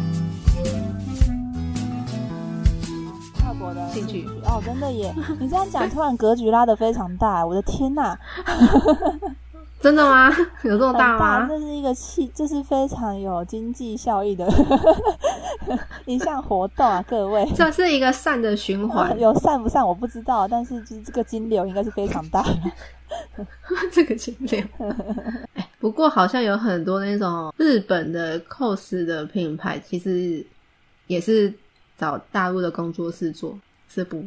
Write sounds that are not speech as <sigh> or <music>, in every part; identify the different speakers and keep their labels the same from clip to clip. Speaker 1: 对哦
Speaker 2: <laughs>
Speaker 1: 耶，你这样讲，突然格局拉得非常大，我的天呐，
Speaker 2: 真的吗？ <laughs> 有这么
Speaker 1: 很
Speaker 2: 大啊
Speaker 1: 大，
Speaker 2: 吗？
Speaker 1: 这是一个气，这是非常有经济效益的 <laughs> 一项活动啊，各位。
Speaker 2: 这是一个善的循环，
Speaker 1: 哦 <laughs> 有散不散我不知道，但是就是这个金流应该是非常大的。
Speaker 2: <laughs> <laughs> 这个经典。
Speaker 1: <laughs>
Speaker 2: 哎不过好像有很多那种日本的 cos 的品牌，其实也是找大陆的工作室做，是不？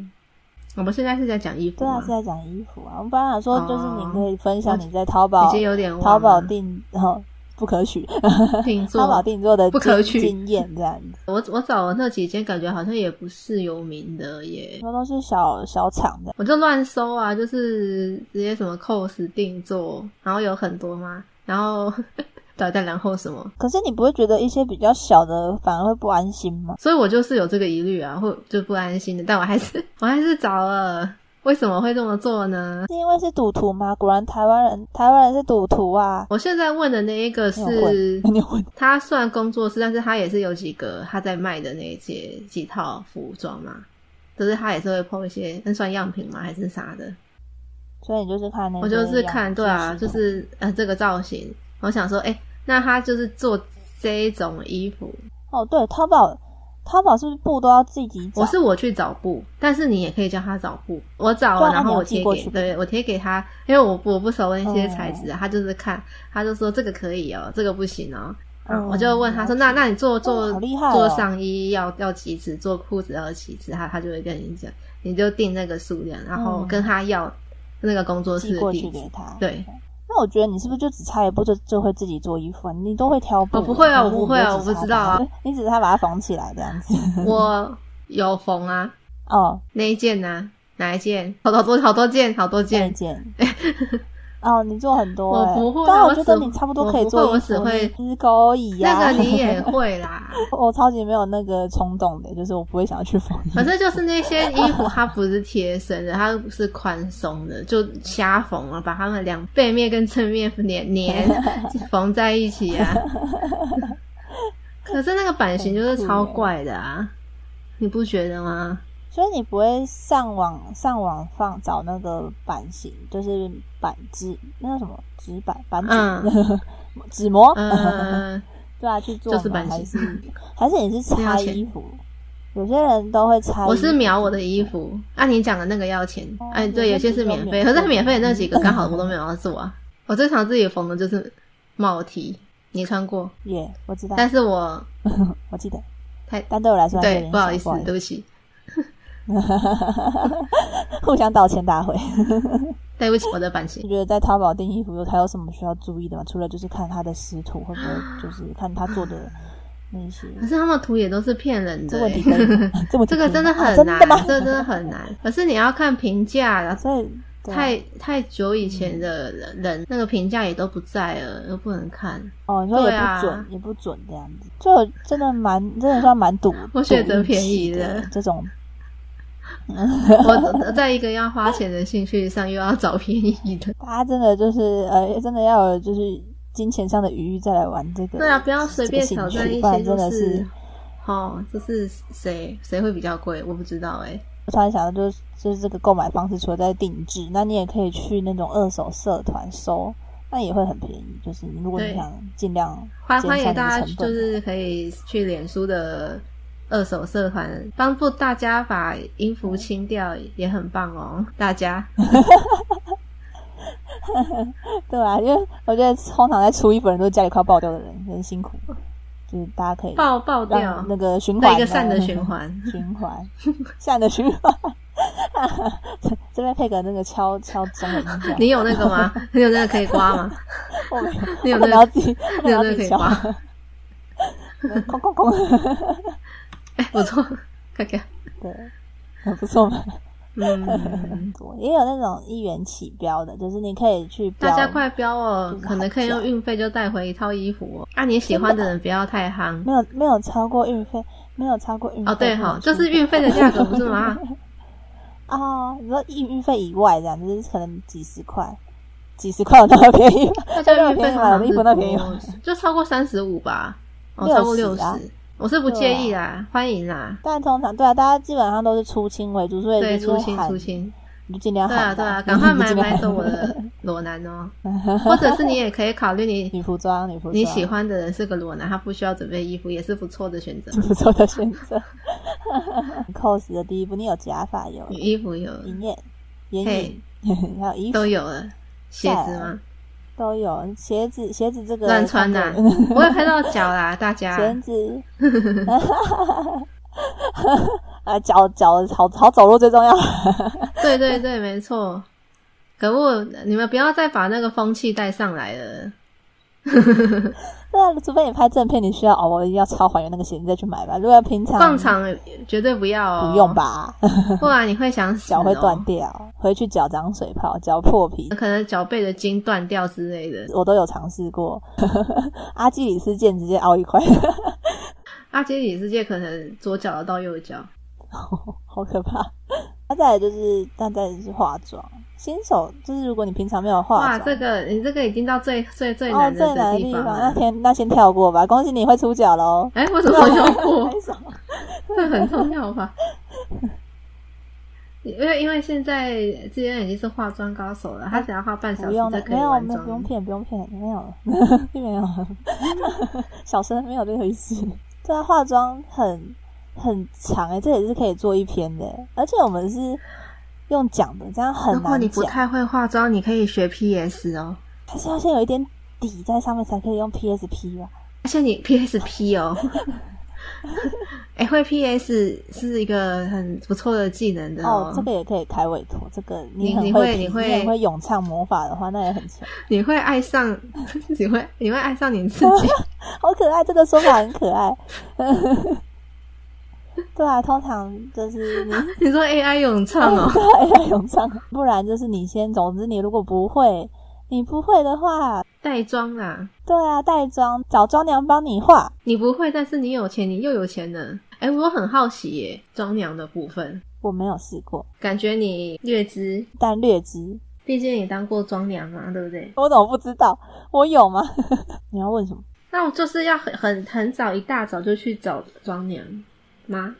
Speaker 2: 我们现在是在讲衣服
Speaker 1: 对啊，
Speaker 2: 吗
Speaker 1: 是？在讲衣服啊。我们本来想说，就是
Speaker 2: 哦
Speaker 1: 你可以分享你在淘宝
Speaker 2: 已、经有点忘
Speaker 1: 淘宝
Speaker 2: 了
Speaker 1: 订， <laughs> 然后不可取， <laughs>
Speaker 2: 定
Speaker 1: 淘宝
Speaker 2: 做。
Speaker 1: 订做的
Speaker 2: 不可
Speaker 1: 经
Speaker 2: 取
Speaker 1: 经验这样子，
Speaker 2: 我我找的那几间感觉好像也不是有名的耶，
Speaker 1: 很多都是小小厂的。
Speaker 2: 我就乱搜啊，就是直接什么 cos 定做，然后有很多嘛，然后 <laughs> 导弹然后什么，
Speaker 1: 可是你不会觉得一些比较小的反而会不安心吗？
Speaker 2: 所以我就是有这个疑虑啊，会就不安心的，但我还是 <laughs> 我还是找了。为什么会这么做呢？
Speaker 1: 是因为是赌徒吗？果然台湾人，台湾人是赌徒
Speaker 2: <laughs>
Speaker 1: 啊！
Speaker 2: 我现在问的那一个
Speaker 1: 你有混
Speaker 2: <laughs> 是，
Speaker 1: 你有混
Speaker 2: 他算工作室，但是他也是有几个他在卖的那些几套服装嘛，就是他也是会 PO 一些，那算样品吗？还是啥的？
Speaker 1: 所以你就是看那些
Speaker 2: 我
Speaker 1: 样子，
Speaker 2: 就是看，哦对啊，
Speaker 1: 是
Speaker 2: 就
Speaker 1: 不
Speaker 2: 是呃这个造型，我想说，哎、那他就是做这一种衣服，
Speaker 1: 哦，对，淘宝，淘宝是不是布都要自己找？啊
Speaker 2: 我是我去找布，但是你也可以叫他找布，我找
Speaker 1: 对啊
Speaker 2: 了，
Speaker 1: 你
Speaker 2: 然
Speaker 1: 哦
Speaker 2: 后
Speaker 1: 有
Speaker 2: 我
Speaker 1: 寄
Speaker 2: 贴
Speaker 1: 过
Speaker 2: 给，
Speaker 1: 去
Speaker 2: 对我贴给他，因为我我不熟那些材质啊，他就是看，他就说这个可以哦，这个不行哦。啊
Speaker 1: 哦
Speaker 2: 我就问他说：“那那你做做、
Speaker 1: 好厉害哦
Speaker 2: 做上衣要要几尺，做裤子要几尺？”他他就会跟你讲，你就定那个数量，然后
Speaker 1: 嗯
Speaker 2: 跟他要那个工作室
Speaker 1: 寄
Speaker 2: 的
Speaker 1: 过
Speaker 2: 地
Speaker 1: 去
Speaker 2: 址。
Speaker 1: 给他。 <laughs>
Speaker 2: 对，
Speaker 1: 那我觉得你是不是就只差一步就就会自己做衣服、啊？你都会挑布了？
Speaker 2: 我不会啊
Speaker 1: 还是
Speaker 2: 我不会啊
Speaker 1: 你就只
Speaker 2: 我不知道啊
Speaker 1: 差把它。你只差把它缝起来这样
Speaker 2: <laughs>
Speaker 1: 子。
Speaker 2: 我有缝啊，
Speaker 1: 哦，
Speaker 2: 那一件呢、啊哪一件？好多好多件，好多
Speaker 1: 那
Speaker 2: 件
Speaker 1: 一。
Speaker 2: <laughs>
Speaker 1: 件。哦，你做很多、
Speaker 2: 我
Speaker 1: 欸，
Speaker 2: 不会啊
Speaker 1: 但
Speaker 2: 我
Speaker 1: 我觉得
Speaker 2: 只
Speaker 1: 你差不多
Speaker 2: 我
Speaker 1: 可以
Speaker 2: 不
Speaker 1: 做
Speaker 2: 会我
Speaker 1: 衣服
Speaker 2: 只会
Speaker 1: 你织钩椅呀、
Speaker 2: 那个你也会啦，
Speaker 1: <laughs> 我超级没有那个冲动的，就是我不会想要去缝衣服。
Speaker 2: 反正就是那些衣服，它不是贴身的，它是宽松的，就瞎缝啊，把它们两背面跟正面粘粘
Speaker 1: <laughs>
Speaker 2: 缝在一起啊。可是那个版型就是超
Speaker 1: 欸
Speaker 2: 怪的啊，你不觉
Speaker 1: <laughs>
Speaker 2: 得吗？
Speaker 1: 所以你不会上网上网放找那个版型，就是板纸那叫什么纸板板纸、
Speaker 2: 嗯
Speaker 1: 纸模，
Speaker 2: 嗯，
Speaker 1: 对啊，去做
Speaker 2: 就是
Speaker 1: 吗
Speaker 2: 版型
Speaker 1: 还是还是你是
Speaker 2: 那要
Speaker 1: 拆
Speaker 2: 钱
Speaker 1: 衣服？有些人都会拆衣服，
Speaker 2: 我是秒我的衣服。按、你讲的那个要钱，
Speaker 1: 哦
Speaker 2: 哎、对，有
Speaker 1: 有
Speaker 2: 些
Speaker 1: 些
Speaker 2: 是
Speaker 1: 是
Speaker 2: 免
Speaker 1: 免
Speaker 2: 费，
Speaker 1: 费的哦
Speaker 2: 可是免费的那几个刚好
Speaker 1: <laughs>
Speaker 2: 我都没有要做啊。我最常自己缝的就是帽 T，你穿过？
Speaker 1: 耶我知道，
Speaker 2: 但是我
Speaker 1: 我记得
Speaker 2: 太，
Speaker 1: 但对我来说还是有
Speaker 2: 对
Speaker 1: 点
Speaker 2: 不好
Speaker 1: 小
Speaker 2: 意思，对不起，
Speaker 1: <laughs> 互相道歉大会。
Speaker 2: 对不起我的版型
Speaker 1: 你。觉得在淘宝订衣服有还有什么需要注意的吗？除了就是看他的师徒会不会，就是看他做的那些，
Speaker 2: 可是他们图也都是骗人的
Speaker 1: 这问题可以
Speaker 2: 欸、
Speaker 1: 吗，这问题
Speaker 2: <laughs> 这个
Speaker 1: 可以
Speaker 2: 真的
Speaker 1: 吗啊
Speaker 2: 很
Speaker 1: 真
Speaker 2: 难，
Speaker 1: 的吗？
Speaker 2: 这个真的很难。可是你要看评价啦，
Speaker 1: 所以对啊
Speaker 2: 太太久以前的人，人那个评价也都不在了，又不
Speaker 1: <laughs>
Speaker 2: 能看。
Speaker 1: 哦，你说也
Speaker 2: 对
Speaker 1: 不
Speaker 2: 啊
Speaker 1: 准，也不准这样子，就真的蛮真的算蛮赌，
Speaker 2: <laughs> 我选择
Speaker 1: 赌运
Speaker 2: 便宜
Speaker 1: 气的
Speaker 2: 的
Speaker 1: 这种，
Speaker 2: 我在一个要花钱的兴趣上，又要找便宜的。
Speaker 1: 大家真的就是呃，真的要有就是金钱上的余裕再来玩这个，
Speaker 2: 对啊，不要随便
Speaker 1: 这个
Speaker 2: 挑
Speaker 1: 兴趣
Speaker 2: 战一
Speaker 1: 不
Speaker 2: 些
Speaker 1: 然真
Speaker 2: 就
Speaker 1: 的
Speaker 2: 是，哦，就是谁谁会比较贵，我不知道哎、
Speaker 1: 我突然想到，就是就是这个购买方式，除了在定制，那你也可以去那种二手社团收，那也会很便宜。就是如果
Speaker 2: 对
Speaker 1: 你想尽量
Speaker 2: 欢
Speaker 1: 减
Speaker 2: 欢
Speaker 1: 少
Speaker 2: 迎
Speaker 1: 你的
Speaker 2: 大家
Speaker 1: 成
Speaker 2: 就
Speaker 1: 本，
Speaker 2: 是可以去脸书的二手社团，帮助大家把音
Speaker 1: 嗯
Speaker 2: 符清掉，也很棒哦。大家
Speaker 1: 对啊，因为我觉得通常在出衣服的人都是家里快要爆掉的人，很辛苦。就是大家可以
Speaker 2: 爆爆掉
Speaker 1: 让，那个循环
Speaker 2: 那
Speaker 1: 呢，
Speaker 2: 一个善的
Speaker 1: <laughs>
Speaker 2: 循环。
Speaker 1: 循环，善的循环。这这边配个那个敲敲钟的音效，
Speaker 2: 你有那个吗？你有那个可以刮吗？
Speaker 1: 我没有，
Speaker 2: 你有
Speaker 1: 我可
Speaker 2: 那
Speaker 1: 能
Speaker 2: 个
Speaker 1: 要自己，我可
Speaker 2: 你
Speaker 1: 能
Speaker 2: 有
Speaker 1: 要自
Speaker 2: 那个可
Speaker 1: 己
Speaker 2: 以
Speaker 1: 敲，
Speaker 2: 刮？
Speaker 1: <laughs> 哐哐哐，
Speaker 2: 哎、不错，看看，
Speaker 1: 对，很不错嘛。
Speaker 2: 嗯，
Speaker 1: <laughs> 多，也有那种一元起标的，就是你可以去标。
Speaker 2: 大家快标哦
Speaker 1: 就，是
Speaker 2: 可能可以用运费就带回一套衣服哦。啊，你喜欢的人不要太夯
Speaker 1: 没有没有超过运费，没有超过运费
Speaker 2: 哦。对哈、
Speaker 1: 好，
Speaker 2: 就是运费的价格不是
Speaker 1: <laughs>
Speaker 2: 吗？
Speaker 1: 哦，你说运运费以外这样，就是可能几十块，几十块有那么便宜吗？
Speaker 2: 那就
Speaker 1: 那么
Speaker 2: 运费
Speaker 1: 便宜
Speaker 2: 好
Speaker 1: 吗？
Speaker 2: 像
Speaker 1: 衣服
Speaker 2: 是
Speaker 1: 那么便宜吗？
Speaker 2: 多就超过三十五吧，哦，
Speaker 1: 60
Speaker 2: 超过六十、
Speaker 1: 啊
Speaker 2: 我是不介意啦，欢迎啦。
Speaker 1: <laughs> 但通常对啊，大家基本上都是出清为主，所以
Speaker 2: 对，
Speaker 1: 就
Speaker 2: 出
Speaker 1: 是
Speaker 2: 清
Speaker 1: 喊
Speaker 2: 出清，
Speaker 1: 你就尽量
Speaker 2: 对
Speaker 1: 喊
Speaker 2: 啊
Speaker 1: 吧。
Speaker 2: 对啊，赶快
Speaker 1: 你
Speaker 2: 买
Speaker 1: <laughs> 尽量
Speaker 2: 买
Speaker 1: 喊
Speaker 2: 走我的裸男
Speaker 1: <laughs>
Speaker 2: 哦，或者是你也可以考虑你
Speaker 1: 女服装，女服装
Speaker 2: 你喜欢的人是个裸男，他不需要准备衣服，也是不错的选择。
Speaker 1: <laughs> 不错的选择。cos 的第一步，你有假发，有
Speaker 2: 你衣服有，
Speaker 1: 银眼、眼
Speaker 2: 嘿，
Speaker 1: 影，还有衣服
Speaker 2: 都有了。鞋子吗？
Speaker 1: 都有，鞋子鞋子这个
Speaker 2: 乱穿啊
Speaker 1: 看
Speaker 2: 呐、
Speaker 1: 过
Speaker 2: 我也拍到脚啦，
Speaker 1: <laughs>
Speaker 2: 大家。
Speaker 1: 鞋子。
Speaker 2: <laughs>
Speaker 1: <laughs> 啊，脚脚好好走路最重要。 <laughs>
Speaker 2: 对对对，没错。可恶，你们不要再把那个风气带上来了。
Speaker 1: 那除非你拍正片，你需要哦，我一定要超还原那个鞋子再去买吧。如果平常
Speaker 2: 逛场绝对不要、哦，
Speaker 1: 不用，吧，
Speaker 2: 不然你会想死、哦，
Speaker 1: 脚会断，掉，回去脚长水泡，脚破皮，
Speaker 2: 可能脚背的筋断掉之类的。
Speaker 1: 我都有尝试过。 <laughs> 阿基里斯腱直接凹一块， <laughs>
Speaker 2: 阿基里斯界可能左脚到右脚，
Speaker 1: 好可怕。那再来就是，那再来就是化妆。新手就是如果你平常没有化
Speaker 2: 哇，
Speaker 1: 妆，
Speaker 2: 这个你这个已经到最最最
Speaker 1: 哦
Speaker 2: 难
Speaker 1: 最
Speaker 2: 的
Speaker 1: 难的
Speaker 2: 地
Speaker 1: 地
Speaker 2: 方
Speaker 1: 方，
Speaker 2: 了
Speaker 1: 那。天那先跳过吧。恭喜你会出脚
Speaker 2: <laughs>
Speaker 1: 喽！
Speaker 2: 哎、为什么要过？
Speaker 1: <laughs> 拍手
Speaker 2: 这很重要吧？因为因为现在志渊已经是化妆高手了，他只要化半 <laughs> 小
Speaker 1: 不
Speaker 2: 时
Speaker 1: 用
Speaker 2: 就
Speaker 1: 的，
Speaker 2: 可以
Speaker 1: 没有，
Speaker 2: 完
Speaker 1: 没有，不用
Speaker 2: 妆。
Speaker 1: 骗，不用骗，没有了， <laughs> 并没有了， <laughs> 小生没有这回事。对啊，化妆很很长哎、欸，这也是可以做一篇的欸、而且我们是用讲的，这样很
Speaker 2: 如果
Speaker 1: 难
Speaker 2: 你不
Speaker 1: 讲，
Speaker 2: 太会化妆，你可以学 PS 哦，
Speaker 1: 还是要先有一点底在上面才可以用 PSP 吧。
Speaker 2: 而且你 PSP
Speaker 1: <laughs>
Speaker 2: 哦。哎、会 PS 是一个很不错的技能的
Speaker 1: 哦，这个也可以开委托，这个
Speaker 2: 啊你
Speaker 1: 很
Speaker 2: 你
Speaker 1: 会
Speaker 2: 会
Speaker 1: 劈
Speaker 2: 你
Speaker 1: 你
Speaker 2: 会
Speaker 1: 很会咏唱魔法的话，那也很强，
Speaker 2: 你会爱上， <laughs> 你会你会爱上你自己。
Speaker 1: 好可爱，这个说法很可爱。 <laughs> 对啊，通常就是你
Speaker 2: <laughs> <laughs> 你说 AI 咏唱哦，
Speaker 1: 对，要咏唱，不然就是你先。总之，你如果不会，你不会的话，
Speaker 2: 带妆啦，
Speaker 1: 对啊，带妆找妆娘帮你画。
Speaker 2: 你不会，但是你有钱，你又有钱呢。哎、我很好奇耶，妆娘的部分，
Speaker 1: 我没有试过，
Speaker 2: 感觉你略知，
Speaker 1: 但略知。
Speaker 2: 毕竟你当过妆娘嘛，对不对？
Speaker 1: 我怎么不知道？我有吗？ <laughs> 你要问什么？
Speaker 2: 那我就是要很很很早一大早就去找妆娘吗？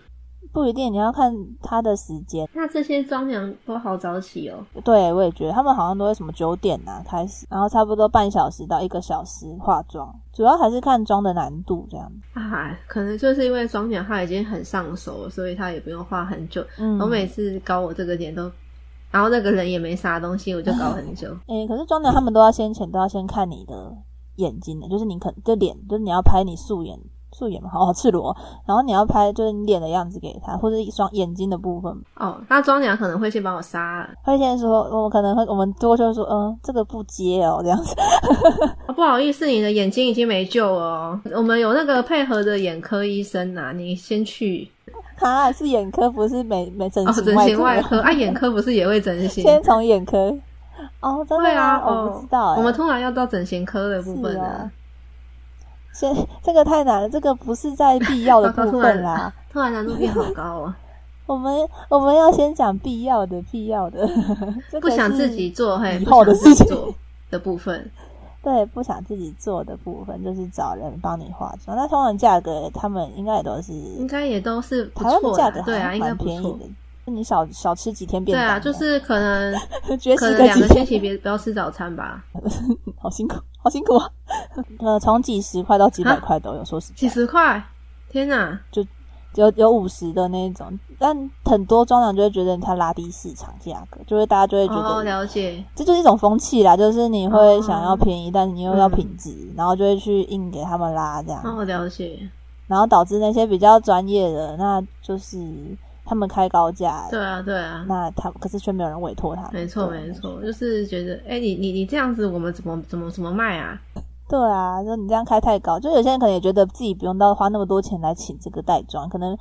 Speaker 1: 不一定，你要看他的时间。
Speaker 2: 那这些妆娘都好早起哦，
Speaker 1: 对，我也觉得他们好像都会什么九点啊开始，然后差不多半小时到一个小时化妆，主要还是看妆的难度这样。
Speaker 2: 啊，可能就是因为妆娘她已经很上手了，所以她也不用画很久。
Speaker 1: 嗯，
Speaker 2: 我每次搞我这个点都，然后那个人也没啥东西，我就搞很久。
Speaker 1: 诶、哎可是妆娘他们都要先前都要先看你的眼睛的，就是你可就脸，就是你要拍你素颜素颜嘛，好、赤裸，然后你要拍就是你脸的样子给他，或者一双眼睛的部分，
Speaker 2: 哦，那妆娘可能会先把我杀了、
Speaker 1: 会先说哦我们可能会我们多就会说嗯这个不接哦这样子，
Speaker 2: 哦不好意思，你的眼睛已经没救了哦。我们有那个配合的眼科医生呐、你先去
Speaker 1: 啊是眼科不是美美整
Speaker 2: 哦，
Speaker 1: 形
Speaker 2: 整
Speaker 1: 外
Speaker 2: 形
Speaker 1: 科，
Speaker 2: 外科啊，眼科不是也会整 <laughs> 形？
Speaker 1: 先从眼科哦真的
Speaker 2: 对啊，
Speaker 1: 吗？我
Speaker 2: 哦，
Speaker 1: 不知道、欸，
Speaker 2: 我们通常要到整形科的部分
Speaker 1: 是哦。
Speaker 2: 啊
Speaker 1: 先这个太难了，这个不是在必
Speaker 2: <laughs>
Speaker 1: 要的部
Speaker 2: 突
Speaker 1: 分
Speaker 2: 然
Speaker 1: 啦。
Speaker 2: 突然难度变好高哦，
Speaker 1: 我们我们要先讲必要的，必要的， <laughs> 这
Speaker 2: 不
Speaker 1: 个
Speaker 2: 想
Speaker 1: 是
Speaker 2: 自己做，嘿，
Speaker 1: 以
Speaker 2: 不
Speaker 1: 后
Speaker 2: 想
Speaker 1: 的
Speaker 2: 自
Speaker 1: 事
Speaker 2: 己
Speaker 1: 情
Speaker 2: 做的部分，
Speaker 1: 对不想自己做的部分，就是找人帮你化妆。那通常价格他们应该也都是
Speaker 2: 应该也都是嗯不
Speaker 1: 台湾的
Speaker 2: 错
Speaker 1: 价
Speaker 2: 的
Speaker 1: 格，，
Speaker 2: 对啊，
Speaker 1: 还
Speaker 2: 应该
Speaker 1: 蛮
Speaker 2: 不
Speaker 1: 便宜
Speaker 2: 错
Speaker 1: 的。。你少少吃几天便
Speaker 2: 对
Speaker 1: 当，
Speaker 2: 啊，就是
Speaker 1: <laughs>
Speaker 2: 可能
Speaker 1: 绝
Speaker 2: 可
Speaker 1: 食
Speaker 2: 能
Speaker 1: 个
Speaker 2: 两
Speaker 1: 几
Speaker 2: 个星
Speaker 1: 天，
Speaker 2: 期别不要吃早餐吧，
Speaker 1: 好辛苦，好辛苦啊！ <laughs> 呃，从几十块到几百
Speaker 2: 啊
Speaker 1: 块都有，说实
Speaker 2: 几
Speaker 1: 在，
Speaker 2: 十块，天哪！
Speaker 1: 有有五十的那一种，但很多妆厂就会觉得它拉低市场价格，就会大家就会觉
Speaker 2: 哦，
Speaker 1: 得
Speaker 2: 了解，
Speaker 1: 这就是一种风气啦，就是你会想要便宜，但是你又要
Speaker 2: 嗯
Speaker 1: 品质，然后就会去硬给他们拉这样。
Speaker 2: 哦，了解，
Speaker 1: 然后导致那些比较专业的，那就是他们开高价，
Speaker 2: 对啊，对啊。
Speaker 1: 那他可是却没有人委托他们，
Speaker 2: 没错，
Speaker 1: 对
Speaker 2: 没错，就是觉得，哎、你你你这样子，我们怎么怎么怎么卖啊？
Speaker 1: 对啊，就你这样开太高，就有些人可能也觉得自己不用到花那么多钱来请这个代妆，可能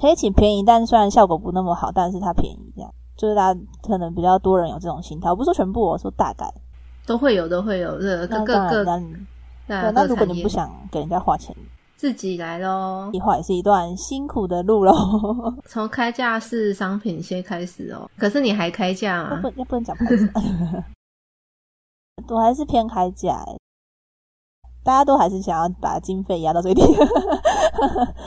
Speaker 1: 可以请便宜，但虽然效果不那么好，但是它便宜这样。就是大家可能比较多人有这种心态，我不是说全部，我说大概。
Speaker 2: 都会有，都会有，这个
Speaker 1: 那
Speaker 2: 各
Speaker 1: 当
Speaker 2: 各
Speaker 1: 然，
Speaker 2: 各
Speaker 1: 那
Speaker 2: 大
Speaker 1: 对啊
Speaker 2: 各
Speaker 1: 那如果
Speaker 2: 产
Speaker 1: 你
Speaker 2: 业
Speaker 1: 不想嗯给人家花钱，
Speaker 2: 自己来喽，
Speaker 1: 你画也是一段辛苦的路喽。
Speaker 2: 从开价式商品先开始哦。可是你还开价
Speaker 1: 要
Speaker 2: 啊
Speaker 1: 不？要不能讲牌子， <laughs> 我还是偏开价、欸。大家都还是想要把经费压到最低， <laughs>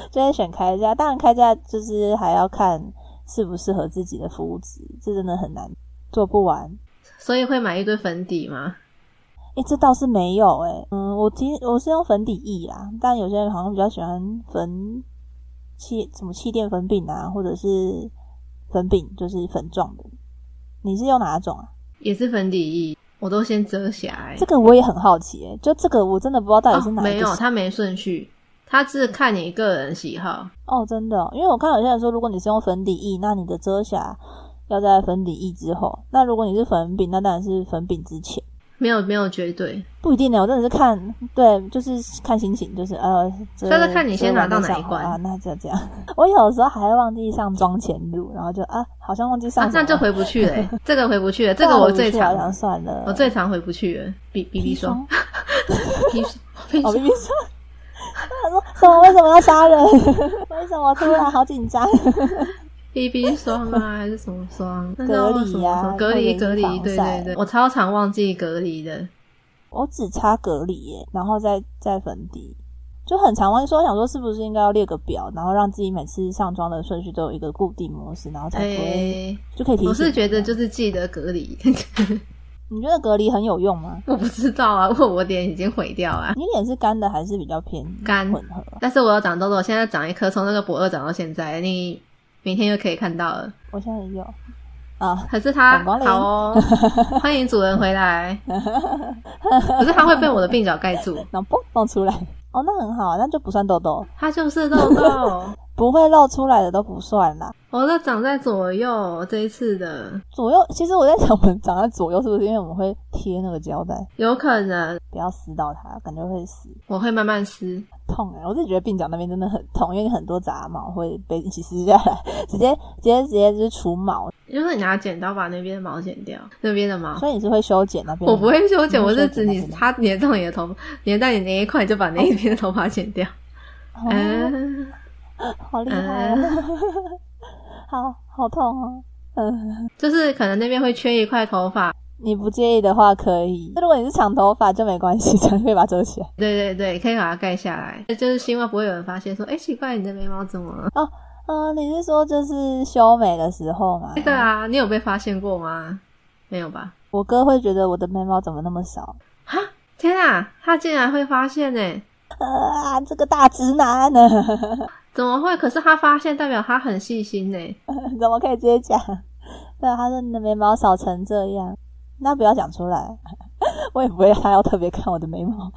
Speaker 1: 就会选开价。当然，开价就是还要看适不适合自己的肤质，这真的很难做不完。
Speaker 2: 所以会买一堆粉底吗？
Speaker 1: 诶、这倒是没有诶、嗯，我其实我是用粉底液啦，但有些人好像比较喜欢粉气什么气垫粉饼啊，或者是粉饼，就是粉状的。你是用哪种啊？
Speaker 2: 也是粉底液，我都先遮瑕、欸。
Speaker 1: 这个我也很好奇诶、就这个我真的不知道到底是
Speaker 2: 哦、
Speaker 1: 哪一
Speaker 2: 没
Speaker 1: 个
Speaker 2: 有，它没顺序，它是看你个人喜好。
Speaker 1: 哦，真的哦、因为我看有些人说，如果你是用粉底液，那你的遮瑕要在粉底液之后；那如果你是粉饼，那当然是粉饼之前。
Speaker 2: 没有没有绝对，
Speaker 1: 不一定呢，我真的是看，对，就是看心情，就是呃，这
Speaker 2: 但是看你先拿到
Speaker 1: 这
Speaker 2: 哪一关
Speaker 1: 啊，那就这样。 <laughs> 我有的时候还会忘记上妆前乳，然后就啊，好像忘记上
Speaker 2: 啊，
Speaker 1: 什么、
Speaker 2: 那就回不去
Speaker 1: <laughs>
Speaker 2: 了欸、这个回不去了，这个我最
Speaker 1: 好
Speaker 2: 常
Speaker 1: 像，算了，
Speaker 2: 我最常回不去了。B B B 霜，B 霜
Speaker 1: <laughs>
Speaker 2: ，B <laughs>
Speaker 1: 我
Speaker 2: 霜
Speaker 1: 必须说，他说什么？为什么要杀人？ <laughs> 为什么突然好紧张？ <laughs>
Speaker 2: ，B B 霜啊，还是什么霜？那
Speaker 1: 隔
Speaker 2: 叫
Speaker 1: 离
Speaker 2: 什么
Speaker 1: 啊
Speaker 2: 霜隔离
Speaker 1: 或者是
Speaker 2: 隔离，
Speaker 1: 防
Speaker 2: 对
Speaker 1: 晒
Speaker 2: 对对，我超常忘记隔离的。
Speaker 1: 我只擦隔离耶，然后再再粉底，就很常忘记说，想说是不是应该要列个表，然后让自己每次上妆的顺序都有一个固定模式，然后才
Speaker 2: 哎、
Speaker 1: 不会、就可以提醒。
Speaker 2: 我是觉得就是记得隔离， <laughs>
Speaker 1: 你觉得隔离很有用吗？
Speaker 2: 我不知道啊， <laughs> 我我脸已经毁掉啊。
Speaker 1: 你脸是干的还是比较偏
Speaker 2: 干
Speaker 1: 混合啊？
Speaker 2: 但是我有长痘痘，现在长一颗，从那个博二长到现在，你明天就可以看到了。
Speaker 1: 我现在也有啊，
Speaker 2: 可是他
Speaker 1: 欢迎光临
Speaker 2: 好 <laughs> 哦，欢迎主人回来。可是他会被我的鬓角盖住，
Speaker 1: 然后嘣蹦出来，哦，那很好啊，那就不算痘痘，
Speaker 2: 他就是痘痘。 <laughs>
Speaker 1: 不会露出来的都不算啦。
Speaker 2: 我的长在左右，这一次的
Speaker 1: 左右，其实我在想，我们长在左右是不是因为我们会贴那个胶带，
Speaker 2: 有可能
Speaker 1: 不要撕到它，感觉会撕
Speaker 2: 我会慢慢撕。
Speaker 1: 痛哎、我自己觉得鬓角那边真的很痛，因为你很多杂毛会被一起撕下来， <laughs> 直接直接直接就是除毛，
Speaker 2: 就是你拿剪刀把那边的毛剪掉，那边的毛。
Speaker 1: 所以你是会修剪那边的
Speaker 2: 我不会修剪，
Speaker 1: 嗯
Speaker 2: 我是
Speaker 1: 修剪
Speaker 2: 指
Speaker 1: 那
Speaker 2: 你
Speaker 1: 边的
Speaker 2: 它粘到你的头发，粘到你那一块，你就把那一边的头发剪掉。
Speaker 1: 哦
Speaker 2: 嗯，
Speaker 1: 好厉害、啊，
Speaker 2: 呃
Speaker 1: <laughs> 好好痛哦。嗯，
Speaker 2: 就是可能那边会缺一块头发，
Speaker 1: 你不介意的话可以，那如果你是长头发就没关系， <laughs> 这样可以把它遮起来。
Speaker 2: 对对对，可以把它盖下来，就是希望不会有人发现说，哎、奇怪，你的眉毛怎么了？
Speaker 1: 嗯，你是说就是修眉的时候吗？
Speaker 2: 对啊，你有被发现过吗？没有吧？
Speaker 1: 我哥会觉得我的眉毛怎么那么少
Speaker 2: 天啊，他竟然会发现呢、
Speaker 1: 啊？这个大直男啊呢，
Speaker 2: 怎么会？可是他发现代表他很细心呢、
Speaker 1: <laughs> 怎么可以直接讲？对啊，他说你的眉毛少成这样，那不要讲出来。 <laughs> 我也不会，他要特别看我的眉毛。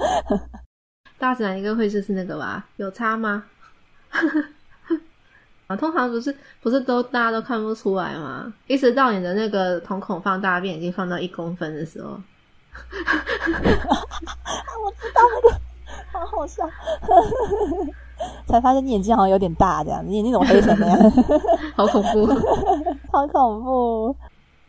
Speaker 1: <laughs>
Speaker 2: 大自然应该会就是那个吧？有差吗？ <laughs> 啊，通常不是不是都大家都看不出来吗？一直到你的那个瞳孔放大变已经放到一公分的时候，
Speaker 1: 我知道那个，好好笑。 <laughs> 才发现你眼睛好像有点大，这样你眼睛怎么黑成那样？ <laughs>
Speaker 2: 好恐怖！
Speaker 1: 好恐怖！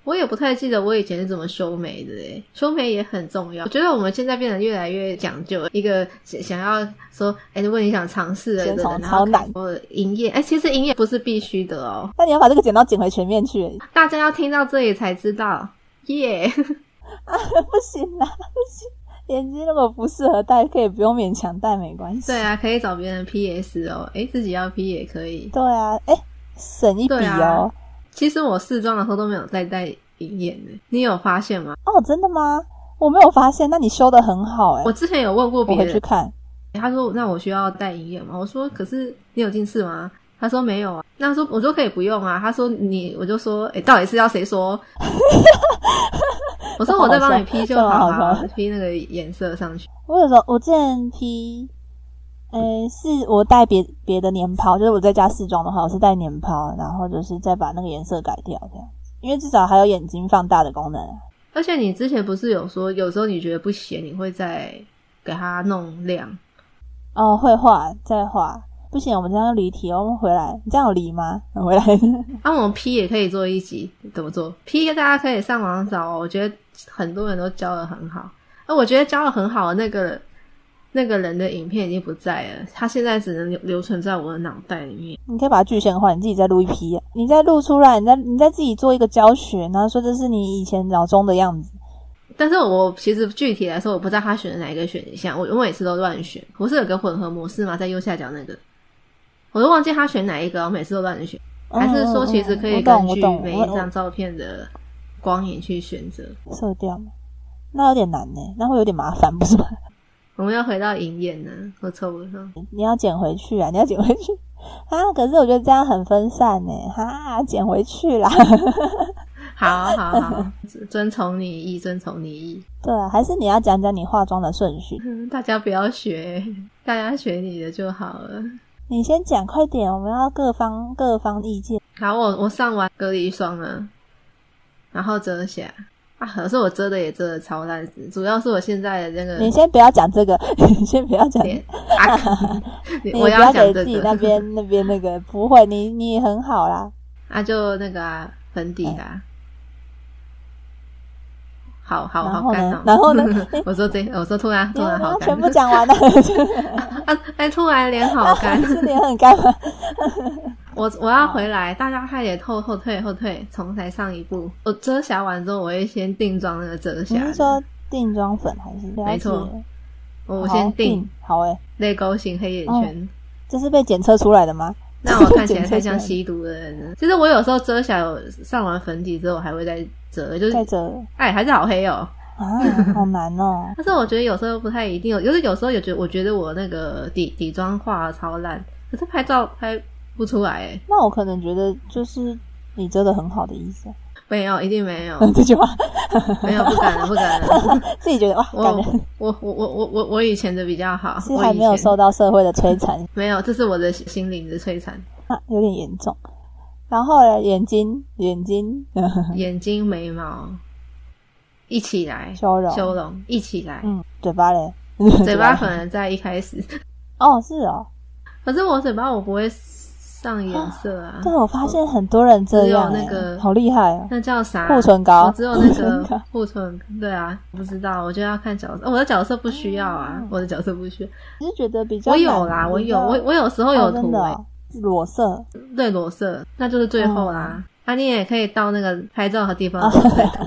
Speaker 2: 我也不太记得我以前是怎么修眉的诶，修眉也很重要。我觉得我们现在变得越来越讲究，一个想想要说，哎、如果你想尝试了一
Speaker 1: 先
Speaker 2: 个
Speaker 1: 从
Speaker 2: 人，然
Speaker 1: 超
Speaker 2: 后
Speaker 1: 难
Speaker 2: 我营业，哎、其实营业不是必须的哦，
Speaker 1: 那你要把这个剪刀剪回前面去，
Speaker 2: 大家要听到这里才知道，耶、
Speaker 1: <laughs>
Speaker 2: <laughs>
Speaker 1: 不行啦，不行。眼睛如果不适合戴，可以不用勉强戴，没关系。
Speaker 2: 对啊，可以找别人 PS 哦，哎、自己要 P 也可以。
Speaker 1: 对啊，哎、省一笔
Speaker 2: 对
Speaker 1: 哦
Speaker 2: 啊。其实我试妆的时候都没有在戴眼眼呢，你有发现吗？
Speaker 1: 哦，真的吗？我没有发现，那你修的很好哎、
Speaker 2: 我之前有问过
Speaker 1: 我
Speaker 2: 别
Speaker 1: 回去
Speaker 2: 人，
Speaker 1: 看。
Speaker 2: 他说那我需要戴眼眼吗？我说可是你有近视吗？他说没有啊，那他说我说可以不用啊。他说你，我就说，哎、到底是要谁说？我说我在帮你 P 就好
Speaker 1: 这好
Speaker 2: 啊
Speaker 1: 笑
Speaker 2: ，P 那个颜色上去。
Speaker 1: 我有时候我之前 P，呃，是我带别别的年抛，就是我在家试妆的话，我是带年抛，然后就是再把那个颜色改掉这样子，因为至少还有眼睛放大的功能啊。
Speaker 2: 而且你之前不是有说，有时候你觉得不显，你会再给它弄亮。
Speaker 1: 哦，会画再画，不行，我们这样就离题哦，我们回来，你这样有离吗？回来。
Speaker 2: 那、我们 P 也可以做一集，怎么做？P 大家可以上网找哦，我觉得很多人都教的很好。那我觉得教的很好的那个那个人的影片已经不在了，他现在只能留留存在我的脑袋里面。
Speaker 1: 你可以把它具现化，你自己再录一批、你再录出来，你再你再自己做一个教学，然后说这是你以前脑中的样子。
Speaker 2: 但是我其实具体来说，我不知道他选的哪一个选项，我我每次都乱选。不是有个混合模式吗？在右下角那个，我都忘记他选哪一个，我每次都乱选。
Speaker 1: 嗯
Speaker 2: 还是说其实可以
Speaker 1: 嗯嗯
Speaker 2: 根
Speaker 1: 嗯我
Speaker 2: 据
Speaker 1: 懂我懂
Speaker 2: 每
Speaker 1: 我
Speaker 2: 一张照片的光影去选择？
Speaker 1: 色调吗？那有点难呢，那会有点麻烦，不是吗？
Speaker 2: 我们要回到银眼呢，我抽不上。
Speaker 1: 你要捡回去啊，你要捡回去啊！可是我觉得这样很分散呢，哈、捡回去啦。 <laughs>
Speaker 2: 好好好，遵从你意，遵从你意。
Speaker 1: 对啊，还是你要讲讲你化妆的顺序。
Speaker 2: 嗯大家不要学，大家学你的就好了。
Speaker 1: 你先讲，快点，我们要各方各方意见。
Speaker 2: 好，我我上完隔离霜了，然后遮瑕啊，可是我遮的也遮的超烂，主要是我现在的那
Speaker 1: 你
Speaker 2: 个
Speaker 1: 先不要讲这个， <laughs> 你先不要讲，
Speaker 2: 脸啊，
Speaker 1: <laughs> 你
Speaker 2: 我
Speaker 1: 不要
Speaker 2: 讲
Speaker 1: 给
Speaker 2: 这
Speaker 1: 自己
Speaker 2: 个
Speaker 1: 那边那边那
Speaker 2: <laughs>
Speaker 1: 个不会，你你很好啦。
Speaker 2: 啊，就那个啊，粉底啊，好好
Speaker 1: 然
Speaker 2: 好
Speaker 1: 后
Speaker 2: 干
Speaker 1: 呢
Speaker 2: 哦，。
Speaker 1: 然后呢？
Speaker 2: <laughs> 我说这，我说突然
Speaker 1: 你
Speaker 2: 突
Speaker 1: 要
Speaker 2: 然
Speaker 1: 不
Speaker 2: <laughs> 好
Speaker 1: 要
Speaker 2: 干
Speaker 1: 全部讲完了？，
Speaker 2: <laughs> 啊！哎，突然脸好干
Speaker 1: 是脸很干
Speaker 2: <laughs>
Speaker 1: 吗？
Speaker 2: 我我要回
Speaker 1: 哦
Speaker 2: 来，大家快点后后退后退，重来上一步。我遮瑕完之后，我会先定妆那个遮瑕
Speaker 1: 你
Speaker 2: 的，
Speaker 1: 是说定妆粉还是？
Speaker 2: 没错
Speaker 1: 了解
Speaker 2: 我
Speaker 1: 好
Speaker 2: 先定
Speaker 1: 定好诶、
Speaker 2: 泪沟型黑眼
Speaker 1: 嗯
Speaker 2: 圈。
Speaker 1: 这是被检测出来的吗？
Speaker 2: <laughs> 那我看起来
Speaker 1: 检测
Speaker 2: 太
Speaker 1: 出来 <laughs>
Speaker 2: 像
Speaker 1: 的
Speaker 2: 吸毒的人了。其实我有时候遮瑕，上完粉底之后，我还会再遮，就是 <laughs>
Speaker 1: 再折
Speaker 2: 哎，还是好黑哦。
Speaker 1: 啊，好难哦。
Speaker 2: 但是我觉得有时候不太一定，哦有就是有时候也觉得，我觉得我那个底底妆画得超烂，可是拍照拍不出来哎，
Speaker 1: 那我可能觉得就是你遮的很好的意思啊， <laughs>
Speaker 2: 没有，一定没有，
Speaker 1: 这句话 <laughs>
Speaker 2: 没有，不敢了，不敢了。
Speaker 1: 自己觉得哇，
Speaker 2: 我
Speaker 1: 感觉
Speaker 2: 我我我我我我以前的比较好，
Speaker 1: 是
Speaker 2: 我
Speaker 1: 还
Speaker 2: 以
Speaker 1: 没有
Speaker 2: 前
Speaker 1: 受到社会的摧残， <laughs>
Speaker 2: 没有，这是我的心灵的摧残。
Speaker 1: 啊、有点严重。然后呢，眼睛眼睛 <laughs>
Speaker 2: 眼睛、眉毛一起来，
Speaker 1: 修容，
Speaker 2: 修容一起来，
Speaker 1: 嗯，嘴巴嘞，
Speaker 2: <laughs> 嘴巴
Speaker 1: 嘞
Speaker 2: 可能在一开始， <laughs>
Speaker 1: 哦是哦，
Speaker 2: 可是我嘴巴我不会上颜色啊，
Speaker 1: 对，我发现很多人这样、
Speaker 2: 只
Speaker 1: 欸，
Speaker 2: 有那个
Speaker 1: 好厉害
Speaker 2: <laughs>
Speaker 1: 哦。
Speaker 2: 那叫啥？
Speaker 1: 护唇膏
Speaker 2: 我只有那
Speaker 1: 护唇
Speaker 2: 个 <laughs>
Speaker 1: 膏
Speaker 2: 护唇，对啊，不知道，我就要看角色。哦我的角色不需要啊
Speaker 1: 哦，
Speaker 2: 我的角色不需要。
Speaker 1: 只是觉得比较
Speaker 2: 我有
Speaker 1: 难
Speaker 2: 啦，我
Speaker 1: 比
Speaker 2: 有，
Speaker 1: 较
Speaker 2: 我我有时候
Speaker 1: 哦
Speaker 2: 有
Speaker 1: 真
Speaker 2: 涂
Speaker 1: 的
Speaker 2: 哎、
Speaker 1: 哦裸色，
Speaker 2: 对裸色，那就是最后啦。啊，你也可以到那个拍照的 <laughs> 地方
Speaker 1: 哦
Speaker 2: 再涂。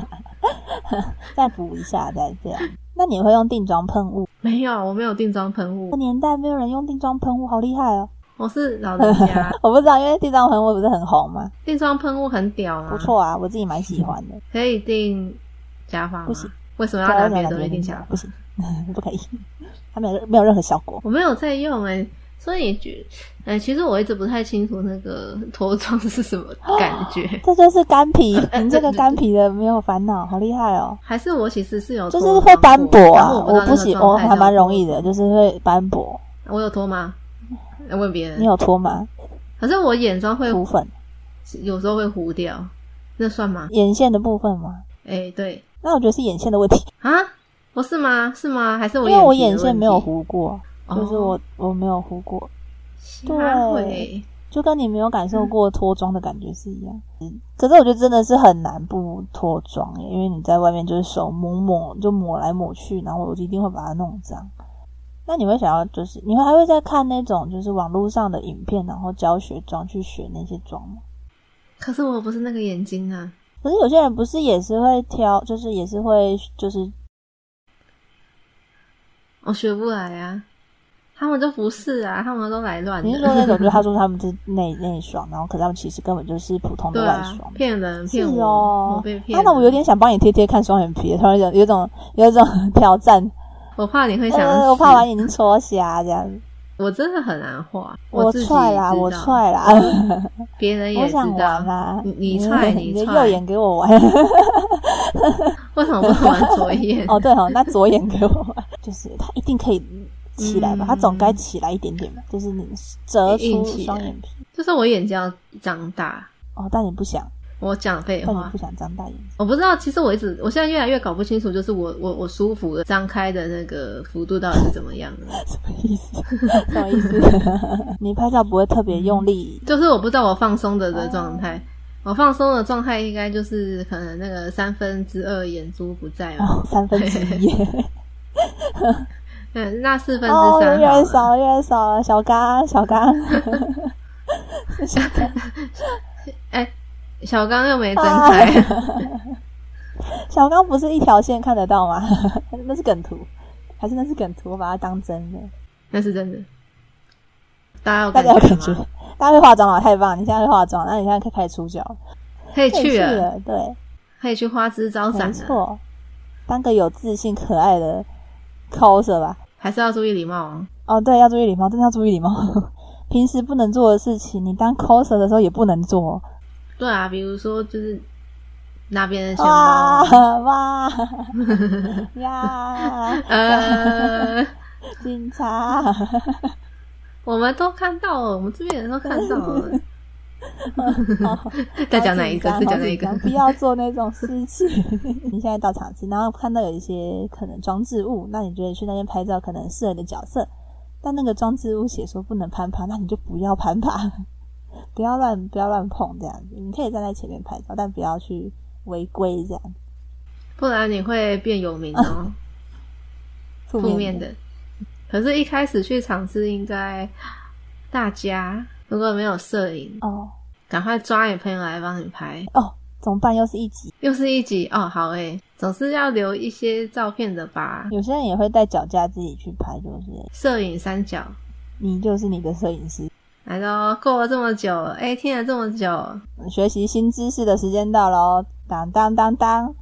Speaker 1: 再补一下，再这样。
Speaker 2: <laughs>
Speaker 1: 那你会用定妆喷雾？
Speaker 2: 没有，我没有定妆喷
Speaker 1: 这个
Speaker 2: 雾，
Speaker 1: 年代没有人用定妆喷雾，好厉害哦！
Speaker 2: 我是老人
Speaker 1: <laughs>
Speaker 2: 家。
Speaker 1: 我不知道，因为定妆喷雾不是很红吗？
Speaker 2: 定妆喷雾很屌啊，
Speaker 1: 不，错啊，我自己蛮喜欢
Speaker 2: <laughs>
Speaker 1: 的。
Speaker 2: 可以定假发吗？
Speaker 1: 不行，
Speaker 2: 为什么要
Speaker 1: 不知道
Speaker 2: 拿
Speaker 1: 为什么
Speaker 2: 别的
Speaker 1: 拿
Speaker 2: 东西
Speaker 1: 别
Speaker 2: 定
Speaker 1: 人
Speaker 2: 假
Speaker 1: 家
Speaker 2: 发？
Speaker 1: <laughs> 不行，不可以， <laughs> 它没有没有任何效果。
Speaker 2: 我没有在用哎、所以觉，哎、其实我一直不太清楚那个脱妆是什么感觉，
Speaker 1: <gasps> 这就是干
Speaker 2: <laughs>
Speaker 1: 皮，你这个
Speaker 2: 呃
Speaker 1: 干皮的没有烦恼，好厉害哦！
Speaker 2: 还是我其实是有
Speaker 1: 就
Speaker 2: 脱
Speaker 1: 是会斑驳啊，
Speaker 2: 我
Speaker 1: 我不喜，我还蛮容易
Speaker 2: 的。
Speaker 1: 的，就是会斑驳。
Speaker 2: 我有脱吗？要问别
Speaker 1: 你
Speaker 2: 人。
Speaker 1: 有脱吗？
Speaker 2: 可是我眼妆会
Speaker 1: 涂粉
Speaker 2: 有时候会糊掉，那算吗？
Speaker 1: 眼线的部分吗？
Speaker 2: 哎、对
Speaker 1: 那我觉得是眼线的问题，
Speaker 2: 啊，不是吗？是吗？还是我
Speaker 1: 因为我
Speaker 2: 皮的
Speaker 1: 眼线
Speaker 2: 问
Speaker 1: 没有
Speaker 2: 题，
Speaker 1: 糊过，就是我我没有糊过，
Speaker 2: 哦、啊
Speaker 1: 对
Speaker 2: 会
Speaker 1: 就跟你没有感
Speaker 2: 嗯
Speaker 1: 受过脱妆的感觉是一样。嗯可是我觉得真的是很难不脱妆耶，因为你在外面就是手抹抹就抹来抹去，然后我一定会把它弄脏。那你会想要就是你会还会再看那种就是网络上的影片，然后教学妆去学那些妆吗？
Speaker 2: 可是我不是那个眼睛啊。
Speaker 1: 可是有些人不是也是会挑，就是也是会就是
Speaker 2: 我学不来啊，他们都不是啊，他们都来乱的。
Speaker 1: 你是说那种，就是他说他们是内内霜，然后可是他们其实根本就是普通的
Speaker 2: 对
Speaker 1: 外
Speaker 2: 啊
Speaker 1: 霜，。
Speaker 2: 骗人
Speaker 1: 是
Speaker 2: 骗我，
Speaker 1: 哦
Speaker 2: 我被，骗
Speaker 1: 啊
Speaker 2: 了。
Speaker 1: 那我有点想帮你贴贴看双眼皮，突然有有一种有一种挑战，
Speaker 2: <laughs> 我怕你会想死，
Speaker 1: 呃， <laughs> 我怕把眼睛戳瞎这
Speaker 2: <laughs>
Speaker 1: 样子。
Speaker 2: 我真的很难画，
Speaker 1: 我
Speaker 2: 自己
Speaker 1: 踹啦，
Speaker 2: 知道
Speaker 1: 我，踹啦，<laughs>
Speaker 2: 别人
Speaker 1: 我
Speaker 2: 也知
Speaker 1: 想玩啊
Speaker 2: 道。
Speaker 1: 啦。
Speaker 2: 你你踹
Speaker 1: <laughs> 你
Speaker 2: 你
Speaker 1: 的
Speaker 2: 踹
Speaker 1: 右眼给我玩。
Speaker 2: 为什么不能玩左眼？
Speaker 1: <laughs> 哦，对哦，那左眼给我玩， <laughs> 就是他一定可以起来吧？他总该起来一点点吧？就是你折
Speaker 2: 嗯硬
Speaker 1: 出
Speaker 2: 起来
Speaker 1: 双眼皮。
Speaker 2: 就是我眼睛要长大。
Speaker 1: 哦，但你不想，
Speaker 2: 我讲废
Speaker 1: 但你
Speaker 2: 话
Speaker 1: 不，想张大眼睛。
Speaker 2: 我不知道。其实我一直，我现在越来越搞不清楚，就是我我我舒服的张开的那个幅度到底是怎么样的。
Speaker 1: 什么意思？ <laughs> 什么意思？ <laughs> 你拍照不会特别用力
Speaker 2: 就是我不知道我放松的的状态。
Speaker 1: 哦
Speaker 2: 我放松的状态应该就是可能那个三分之二眼珠不在嘛，
Speaker 1: 哦， <laughs> 三分之一，
Speaker 2: 嗯，那四分
Speaker 1: 哦，越
Speaker 2: 之三
Speaker 1: 来越
Speaker 2: 好了
Speaker 1: 少，越来越少了，小刚， <laughs> 小刚，
Speaker 2: 哎、小刚又没睁开，
Speaker 1: 哦
Speaker 2: <laughs>
Speaker 1: 小刚不是一条线看得到吗？ <laughs> 那是梗图，还是那是梗图？我把它当真的，
Speaker 2: 那是真的。大家有
Speaker 1: 大
Speaker 2: 感
Speaker 1: 家有感
Speaker 2: 觉
Speaker 1: 觉
Speaker 2: 吗？？
Speaker 1: 大家会化妆了，太棒！你现在会化妆，那你现在可以开始出脚，
Speaker 2: 可以
Speaker 1: 可以去
Speaker 2: 去了，
Speaker 1: 了，啊对，
Speaker 2: 可以去花枝招展啊
Speaker 1: 没
Speaker 2: 了，
Speaker 1: 错，当个有自信可爱的 coser 吧。
Speaker 2: 还是要注意礼貌哦。
Speaker 1: 哦，对，要注意礼貌，真的要注意礼貌。 <laughs> 平时不能做的事情，你当 coser 的时候也不能做。
Speaker 2: 对啊，比如说就是拿别人的钱
Speaker 1: 哇
Speaker 2: 包，
Speaker 1: 哇 <laughs> 呀！
Speaker 2: 呃， <laughs>
Speaker 1: 警察，
Speaker 2: 我们都看到了，我们这边人都看
Speaker 1: <laughs>
Speaker 2: 到了。 <laughs> 在讲哪一个？
Speaker 1: 好
Speaker 2: 在
Speaker 1: 紧张
Speaker 2: 讲哪一个
Speaker 1: 好？紧张不要做那种事情。 <laughs> 你现在到场子，然后看到有一些可能装置物，那你觉得去那边拍照可能适合你的角色，但那个装置物写说不能攀爬，那你就不要攀爬，不要乱不要乱碰这样子。你可以站在前面拍照，但不要去违规这样。
Speaker 2: 不然你会变有名哦，
Speaker 1: 负
Speaker 2: 负
Speaker 1: 面
Speaker 2: 面
Speaker 1: 的
Speaker 2: 的。可是，一开始去尝试，应该大家如果没有摄影，
Speaker 1: 哦
Speaker 2: 赶快抓你朋友来帮你拍。
Speaker 1: 哦，怎么办？又是一集。
Speaker 2: 又是一集哦，好诶，总是要留一些照片的吧。
Speaker 1: 有些人也会带脚架自己去拍，就是
Speaker 2: 摄影三角，
Speaker 1: 你就是你的摄影师。
Speaker 2: 来喽，过了这么久，诶，听了这么久
Speaker 1: 学习新知识的时间到了哦，当当当当。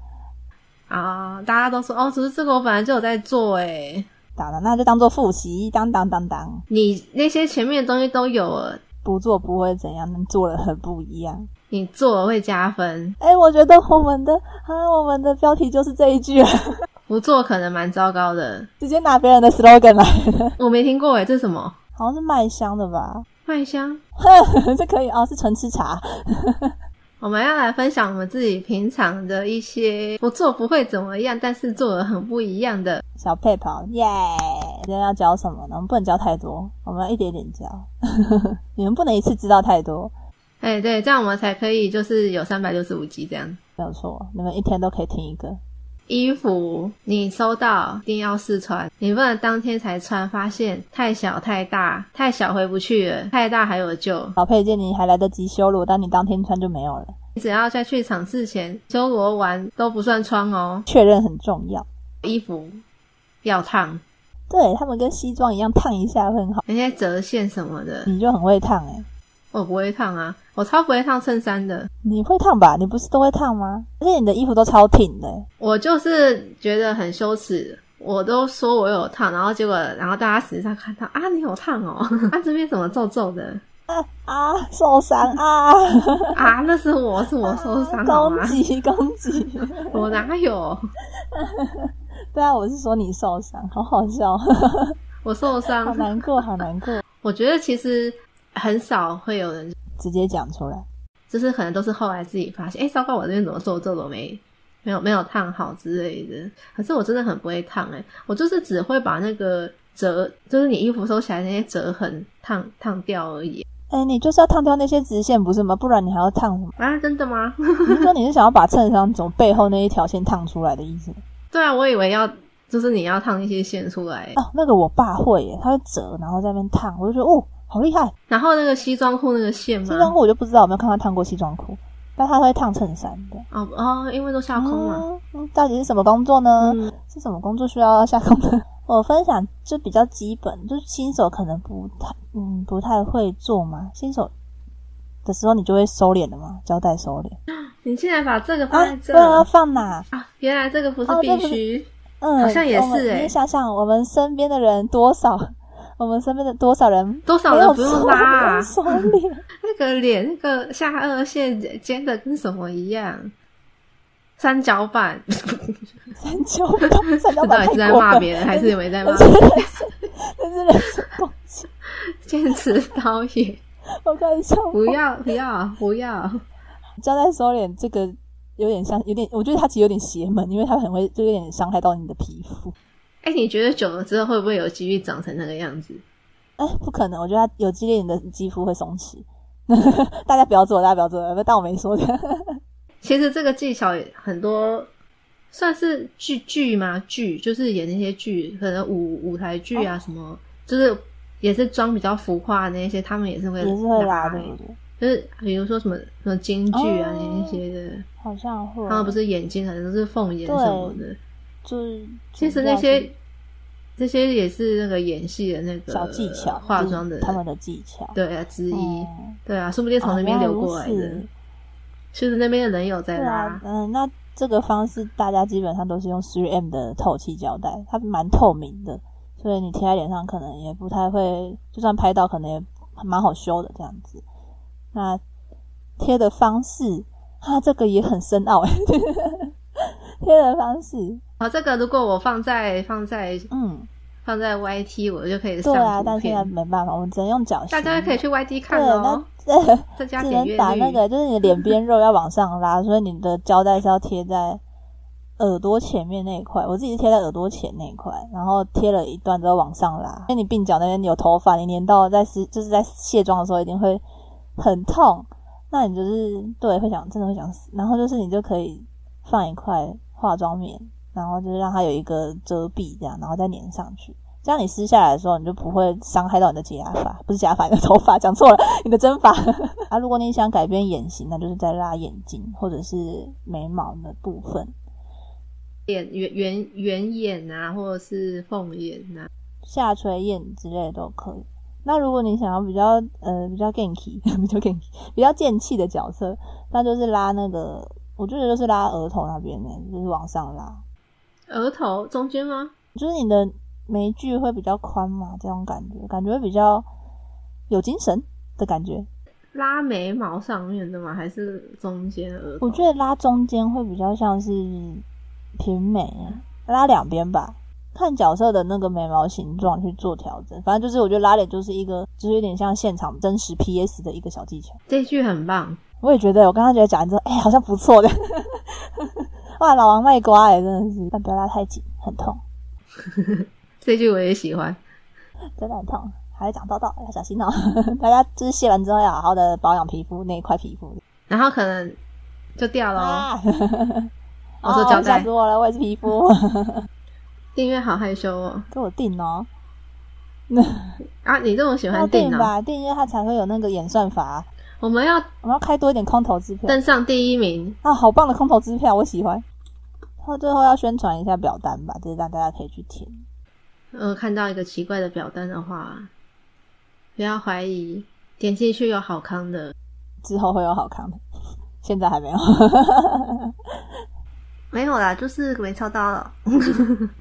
Speaker 2: 啊、大家都说哦，只是这个我本来就有在做哎诶。
Speaker 1: 当当，那就当做复习，当当当当，
Speaker 2: 你那些前面的东西都有了，
Speaker 1: 不做不会怎样，但做了很不一样。
Speaker 2: 你做了会加分，
Speaker 1: 哎，我觉得我们的啊，我们的标题就是这一句，啊
Speaker 2: 不做可能蛮糟糕的。
Speaker 1: <laughs> 直接拿别人的 slogan 来，
Speaker 2: 我没听过哎诶，这是什么？
Speaker 1: 好像是麦香的吧？ <laughs>
Speaker 2: 麦香。
Speaker 1: 这可以哦，是纯吃茶。
Speaker 2: 我们要来分享我们自己平常的一些不做不会怎么样，但是做的很不一样的。
Speaker 1: 小配跑，耶！今天要教什么呢？我们不能教太多，我们要一点点教。 <laughs> 你们不能一次知道太多，
Speaker 2: 哎、对，这样我们才可以就是有三百六十五集这样。
Speaker 1: 没有错。你们一天都可以听一个。
Speaker 2: 衣服你收到一定要试穿，你不能当天才穿，发现太小太大，太小回不去了，太大还有救。
Speaker 1: 小配件你还来得及修罗，但你当天穿就没有了。
Speaker 2: 你只要在去场试前修罗完都不算穿哦。
Speaker 1: 确认很重要。
Speaker 2: 衣服要烫，
Speaker 1: 对他们跟西装一样，烫一下会很好。
Speaker 2: 那些折线什么的，
Speaker 1: 你就很会烫哎、
Speaker 2: 我不会烫啊，我超不会烫衬衫的。
Speaker 1: 你会烫吧？你不是都会烫吗？而且你的衣服都超挺的欸、
Speaker 2: 我就是觉得很羞耻，我都说我有烫，然后结果，然后大家实际上看到啊，你有烫哦， <laughs> 啊这边怎么皱皱的
Speaker 1: 啊，受伤啊，
Speaker 2: 啊？那是我是我受伤好吗
Speaker 1: 攻？击攻击。 <laughs>
Speaker 2: 我哪有？
Speaker 1: 对啊，我是说你受伤，好好笑， <laughs>
Speaker 2: 我受
Speaker 1: 好
Speaker 2: 伤。
Speaker 1: 难过，好难过，
Speaker 2: 我觉得其实很少会有人，
Speaker 1: 直接讲出来。
Speaker 2: 就是可能都是后来自己发现，哎、糟糕，我这边怎么皱皱的没？没有没有烫好之类的，可是我真的很不会烫哎、我就是只会把那个折，就是你衣服收起来那些折痕烫烫掉而已？
Speaker 1: 哎，你就是要烫掉那些直线，不是吗？不然你还要烫什么
Speaker 2: <laughs> 啊！真的吗？
Speaker 1: 你说你是想要把衬衫从背后那一条线烫出来的意
Speaker 2: <laughs>
Speaker 1: 思？
Speaker 2: 对啊，我以为要就是你要烫一些线出来，
Speaker 1: 哦，那个我爸会耶，他会折，然后在那边烫，我就觉得哦，好厉害。
Speaker 2: 然后那个西装裤那个线
Speaker 1: 西装
Speaker 2: 吗？
Speaker 1: 裤我就不知道有没有看他烫过西装
Speaker 2: 嗯
Speaker 1: 裤，但他会烫衬衫的。
Speaker 2: 哦哦，因为都下空嘛。
Speaker 1: 嗯嗯，到底是什么工作呢？
Speaker 2: 嗯，
Speaker 1: 是什么工作需要下工的？ <laughs> 我分享就比较基本，就是新手可能不太嗯不太会做嘛，新手的时候你就会收敛的嘛，胶带收敛
Speaker 2: 你竟然把这个放
Speaker 1: 啊
Speaker 2: 在，
Speaker 1: 不
Speaker 2: 这
Speaker 1: 然要放哪？
Speaker 2: 啊原来这个不是
Speaker 1: 哦这
Speaker 2: 必
Speaker 1: 不是
Speaker 2: 须。
Speaker 1: 嗯，
Speaker 2: 好像也
Speaker 1: 我们
Speaker 2: 是欸
Speaker 1: 你想想，我们身边的人多少，我们身边的多少人
Speaker 2: 多少
Speaker 1: 没
Speaker 2: 人
Speaker 1: 有
Speaker 2: 不用
Speaker 1: 做
Speaker 2: 拉、啊
Speaker 1: 没有收敛？
Speaker 2: 那个脸，那个下颚线尖的跟什么一样，三角板。
Speaker 1: 三角板，三角
Speaker 2: 这
Speaker 1: 板
Speaker 2: 到底
Speaker 1: 太
Speaker 2: 是在
Speaker 1: 过
Speaker 2: 骂
Speaker 1: 分
Speaker 2: 别人，还是有没在
Speaker 1: <laughs>
Speaker 2: 骂
Speaker 1: 那？是人身，那是人身攻击，
Speaker 2: 坚持导演，
Speaker 1: 我快笑
Speaker 2: 不
Speaker 1: 疯了。
Speaker 2: 要不要不要！
Speaker 1: 胶带收敛这个有点像，有点，我觉得它其实有点邪门，因为它很会，就有点伤害到你的皮肤。
Speaker 2: 哎、你觉得久了之后会不会有机遇长成那个样子？
Speaker 1: 哎，不可能，我觉得它有激烈，你的肌肤会松弛。大家不要做，大家不要做，当我没说的。
Speaker 2: 其实这个技巧也很多，算是剧剧吗？剧就是演那些剧，可能舞舞台剧啊什么，就是也是妆比较浮夸的那些，他们也是会
Speaker 1: 也是会拉
Speaker 2: 的
Speaker 1: 对，不对？
Speaker 2: 就是比如说什么什么京剧啊、
Speaker 1: 哦
Speaker 2: 那些的，
Speaker 1: 好像会。
Speaker 2: 他们不是眼睛可能都是凤眼什么的，
Speaker 1: 就是
Speaker 2: 其实那些这些也是那个演戏的那个
Speaker 1: 小技巧，
Speaker 2: 化妆的
Speaker 1: 就是他们的技巧。
Speaker 2: 对啊之一，
Speaker 1: 嗯
Speaker 2: 对啊，说不定从那边流过来
Speaker 1: 哦
Speaker 2: 的
Speaker 1: 原来如此，
Speaker 2: 就是那边的人有在
Speaker 1: 对
Speaker 2: 拉
Speaker 1: 啊，，嗯，那这个方式大家基本上都是用 3M 的透气胶带，它蛮透明的，所以你贴在脸上可能也不太会，就算拍到可能也蛮好修的这样子。那贴的方式，它、这个也很深奥哎， <laughs> 贴的方式，
Speaker 2: 好，这个如果我放在放在
Speaker 1: 嗯，
Speaker 2: 放在 YT，我就可以上
Speaker 1: 对啊，
Speaker 2: 图
Speaker 1: 但现在
Speaker 2: 片，
Speaker 1: 没办法，我们只能用脚型。
Speaker 2: 大家可以去 YT 看
Speaker 1: 对
Speaker 2: 哦
Speaker 1: 那，对。
Speaker 2: 增加
Speaker 1: 只
Speaker 2: 点阅
Speaker 1: 能打那
Speaker 2: 率。
Speaker 1: 个，就是你的脸边肉要往上拉，所以你的胶带是要贴在耳朵前面那一块。我自己是贴在耳朵前那一块，然后贴了一段之后往上拉，因为你鬓角那边有头发，你粘到在是就是在卸妆的时候一定会很痛，那你就是对会想真的会想死。然后就是你就可以放一块化妆棉，然后就是让它有一个遮蔽这样，然后再粘上去。这样你撕下来的时候，你就不会伤害到你的假发，不是假发，你的头发，讲错了，你的真发。啊，如果你想改变眼型，那就是在拉眼睛或者是眉毛的部分。
Speaker 2: 脸圆圆圆眼啊，或者是凤眼啊，
Speaker 1: 下垂眼之类的都可以。那如果你想要比较呃比较 ganky <laughs> 比较 ganky 比较贱气的角色，那就是拉那个，我觉得就是拉额头那边呢，就是往上拉，
Speaker 2: 额头中间吗？
Speaker 1: 就是你的眉距会比较宽嘛，这种感觉感觉会比较有精神的感觉。
Speaker 2: 拉眉毛上面的吗？还是中间额头？
Speaker 1: 我觉得拉中间会比较像是平眉，啊拉两边吧，看角色的那个眉毛形状去做调整。反正就是我觉得拉脸就是一个，就是有点像现场真实 PS 的一个小技巧。
Speaker 2: 这句很棒，
Speaker 1: 我也觉得，我刚刚觉得讲完之后，哎、好像不错的。 <laughs> 哇，老王卖瓜哎、真的是，但不要拉太紧，很痛，
Speaker 2: 这句我也喜欢。
Speaker 1: 真的很痛，还会长痘痘，要小心哦、 <laughs> 大家就是卸完之后要好好的保养皮肤那一块皮肤。
Speaker 2: 然后可能就掉了、哦。
Speaker 1: 啊！ <laughs>
Speaker 2: 我说胶带
Speaker 1: 吓死我了，我也是皮肤， <laughs>
Speaker 2: 订阅好害羞哦！
Speaker 1: 给我定哦、
Speaker 2: 啊，你这么喜
Speaker 1: 要
Speaker 2: 欢
Speaker 1: 订
Speaker 2: 订哦？
Speaker 1: 吧，订阅它才会有那个演算法啊。
Speaker 2: 我们要
Speaker 1: 我们要开多一点空头支票
Speaker 2: 登上第一名，
Speaker 1: 啊，好棒的空头支票，我喜欢。然后最后要宣传一下表单吧，就是让大家可以去填。
Speaker 2: 呃，看到一个奇怪的表单的话，不要怀疑，点进去有好康的。
Speaker 1: 之后会有好看的，现在还没有 <laughs>
Speaker 2: 没有啦，就是没抽到了。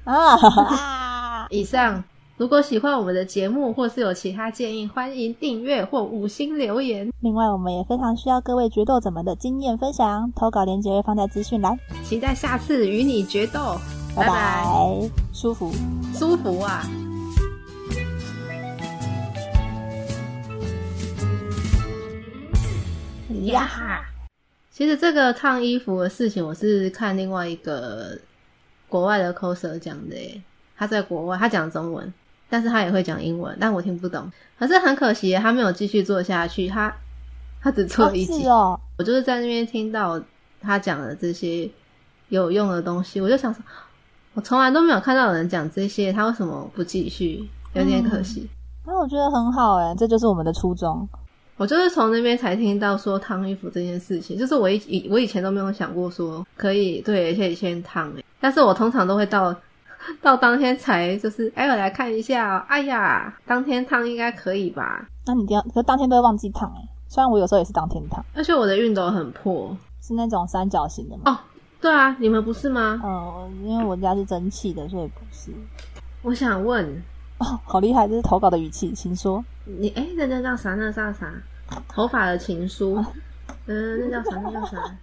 Speaker 1: 啊 <laughs> 啊！
Speaker 2: 以上，如果喜欢我们的节目或是有其他建议，欢迎订阅或五星留言。
Speaker 1: 另外，我们也非常需要各位决斗者们的经验分享，投稿链接会放在资讯栏。
Speaker 2: 期待下次与你决斗，拜
Speaker 1: 拜
Speaker 2: 拜，
Speaker 1: 拜舒服。
Speaker 2: 舒服啊！呀哈！其实这个烫衣服的事情，我是看另外一个国外的 coser 讲的耶。他在国外，他讲中文，但是他也会讲英文，但我听不懂。可是很可惜耶，他没有继续做下去，他他只做
Speaker 1: 哦
Speaker 2: 了一集。
Speaker 1: 是哦，
Speaker 2: 我就是在那边听到他讲的这些有用的东西，我就想说，我从来都没有看到有人讲这些，他为什么不继续？有点可惜。
Speaker 1: 那我觉得很好哎，这就是我们的初衷。
Speaker 2: 我就是从那边才听到说烫衣服这件事情，就是我以以我以前都没有想过说可以对，可以先烫、欸、但是我通常都会到 <laughs> 到当天才就是哎、我来看一下、哦，哎呀，当天烫应该可以吧？
Speaker 1: 那你一定要，可当天都会忘记烫哎。虽然我有时候也是当天烫，
Speaker 2: 而且我的熨斗很破，
Speaker 1: 是那种三角形的嘛。
Speaker 2: 对啊，你们不是吗？
Speaker 1: 呃，因为我家是蒸汽的，所以不是。
Speaker 2: 我想问
Speaker 1: 哦，好厉害！这是投稿的语气，请说。
Speaker 2: 你，哎、那那叫啥？那叫啥？头发的情书，嗯，那叫啥？那叫啥？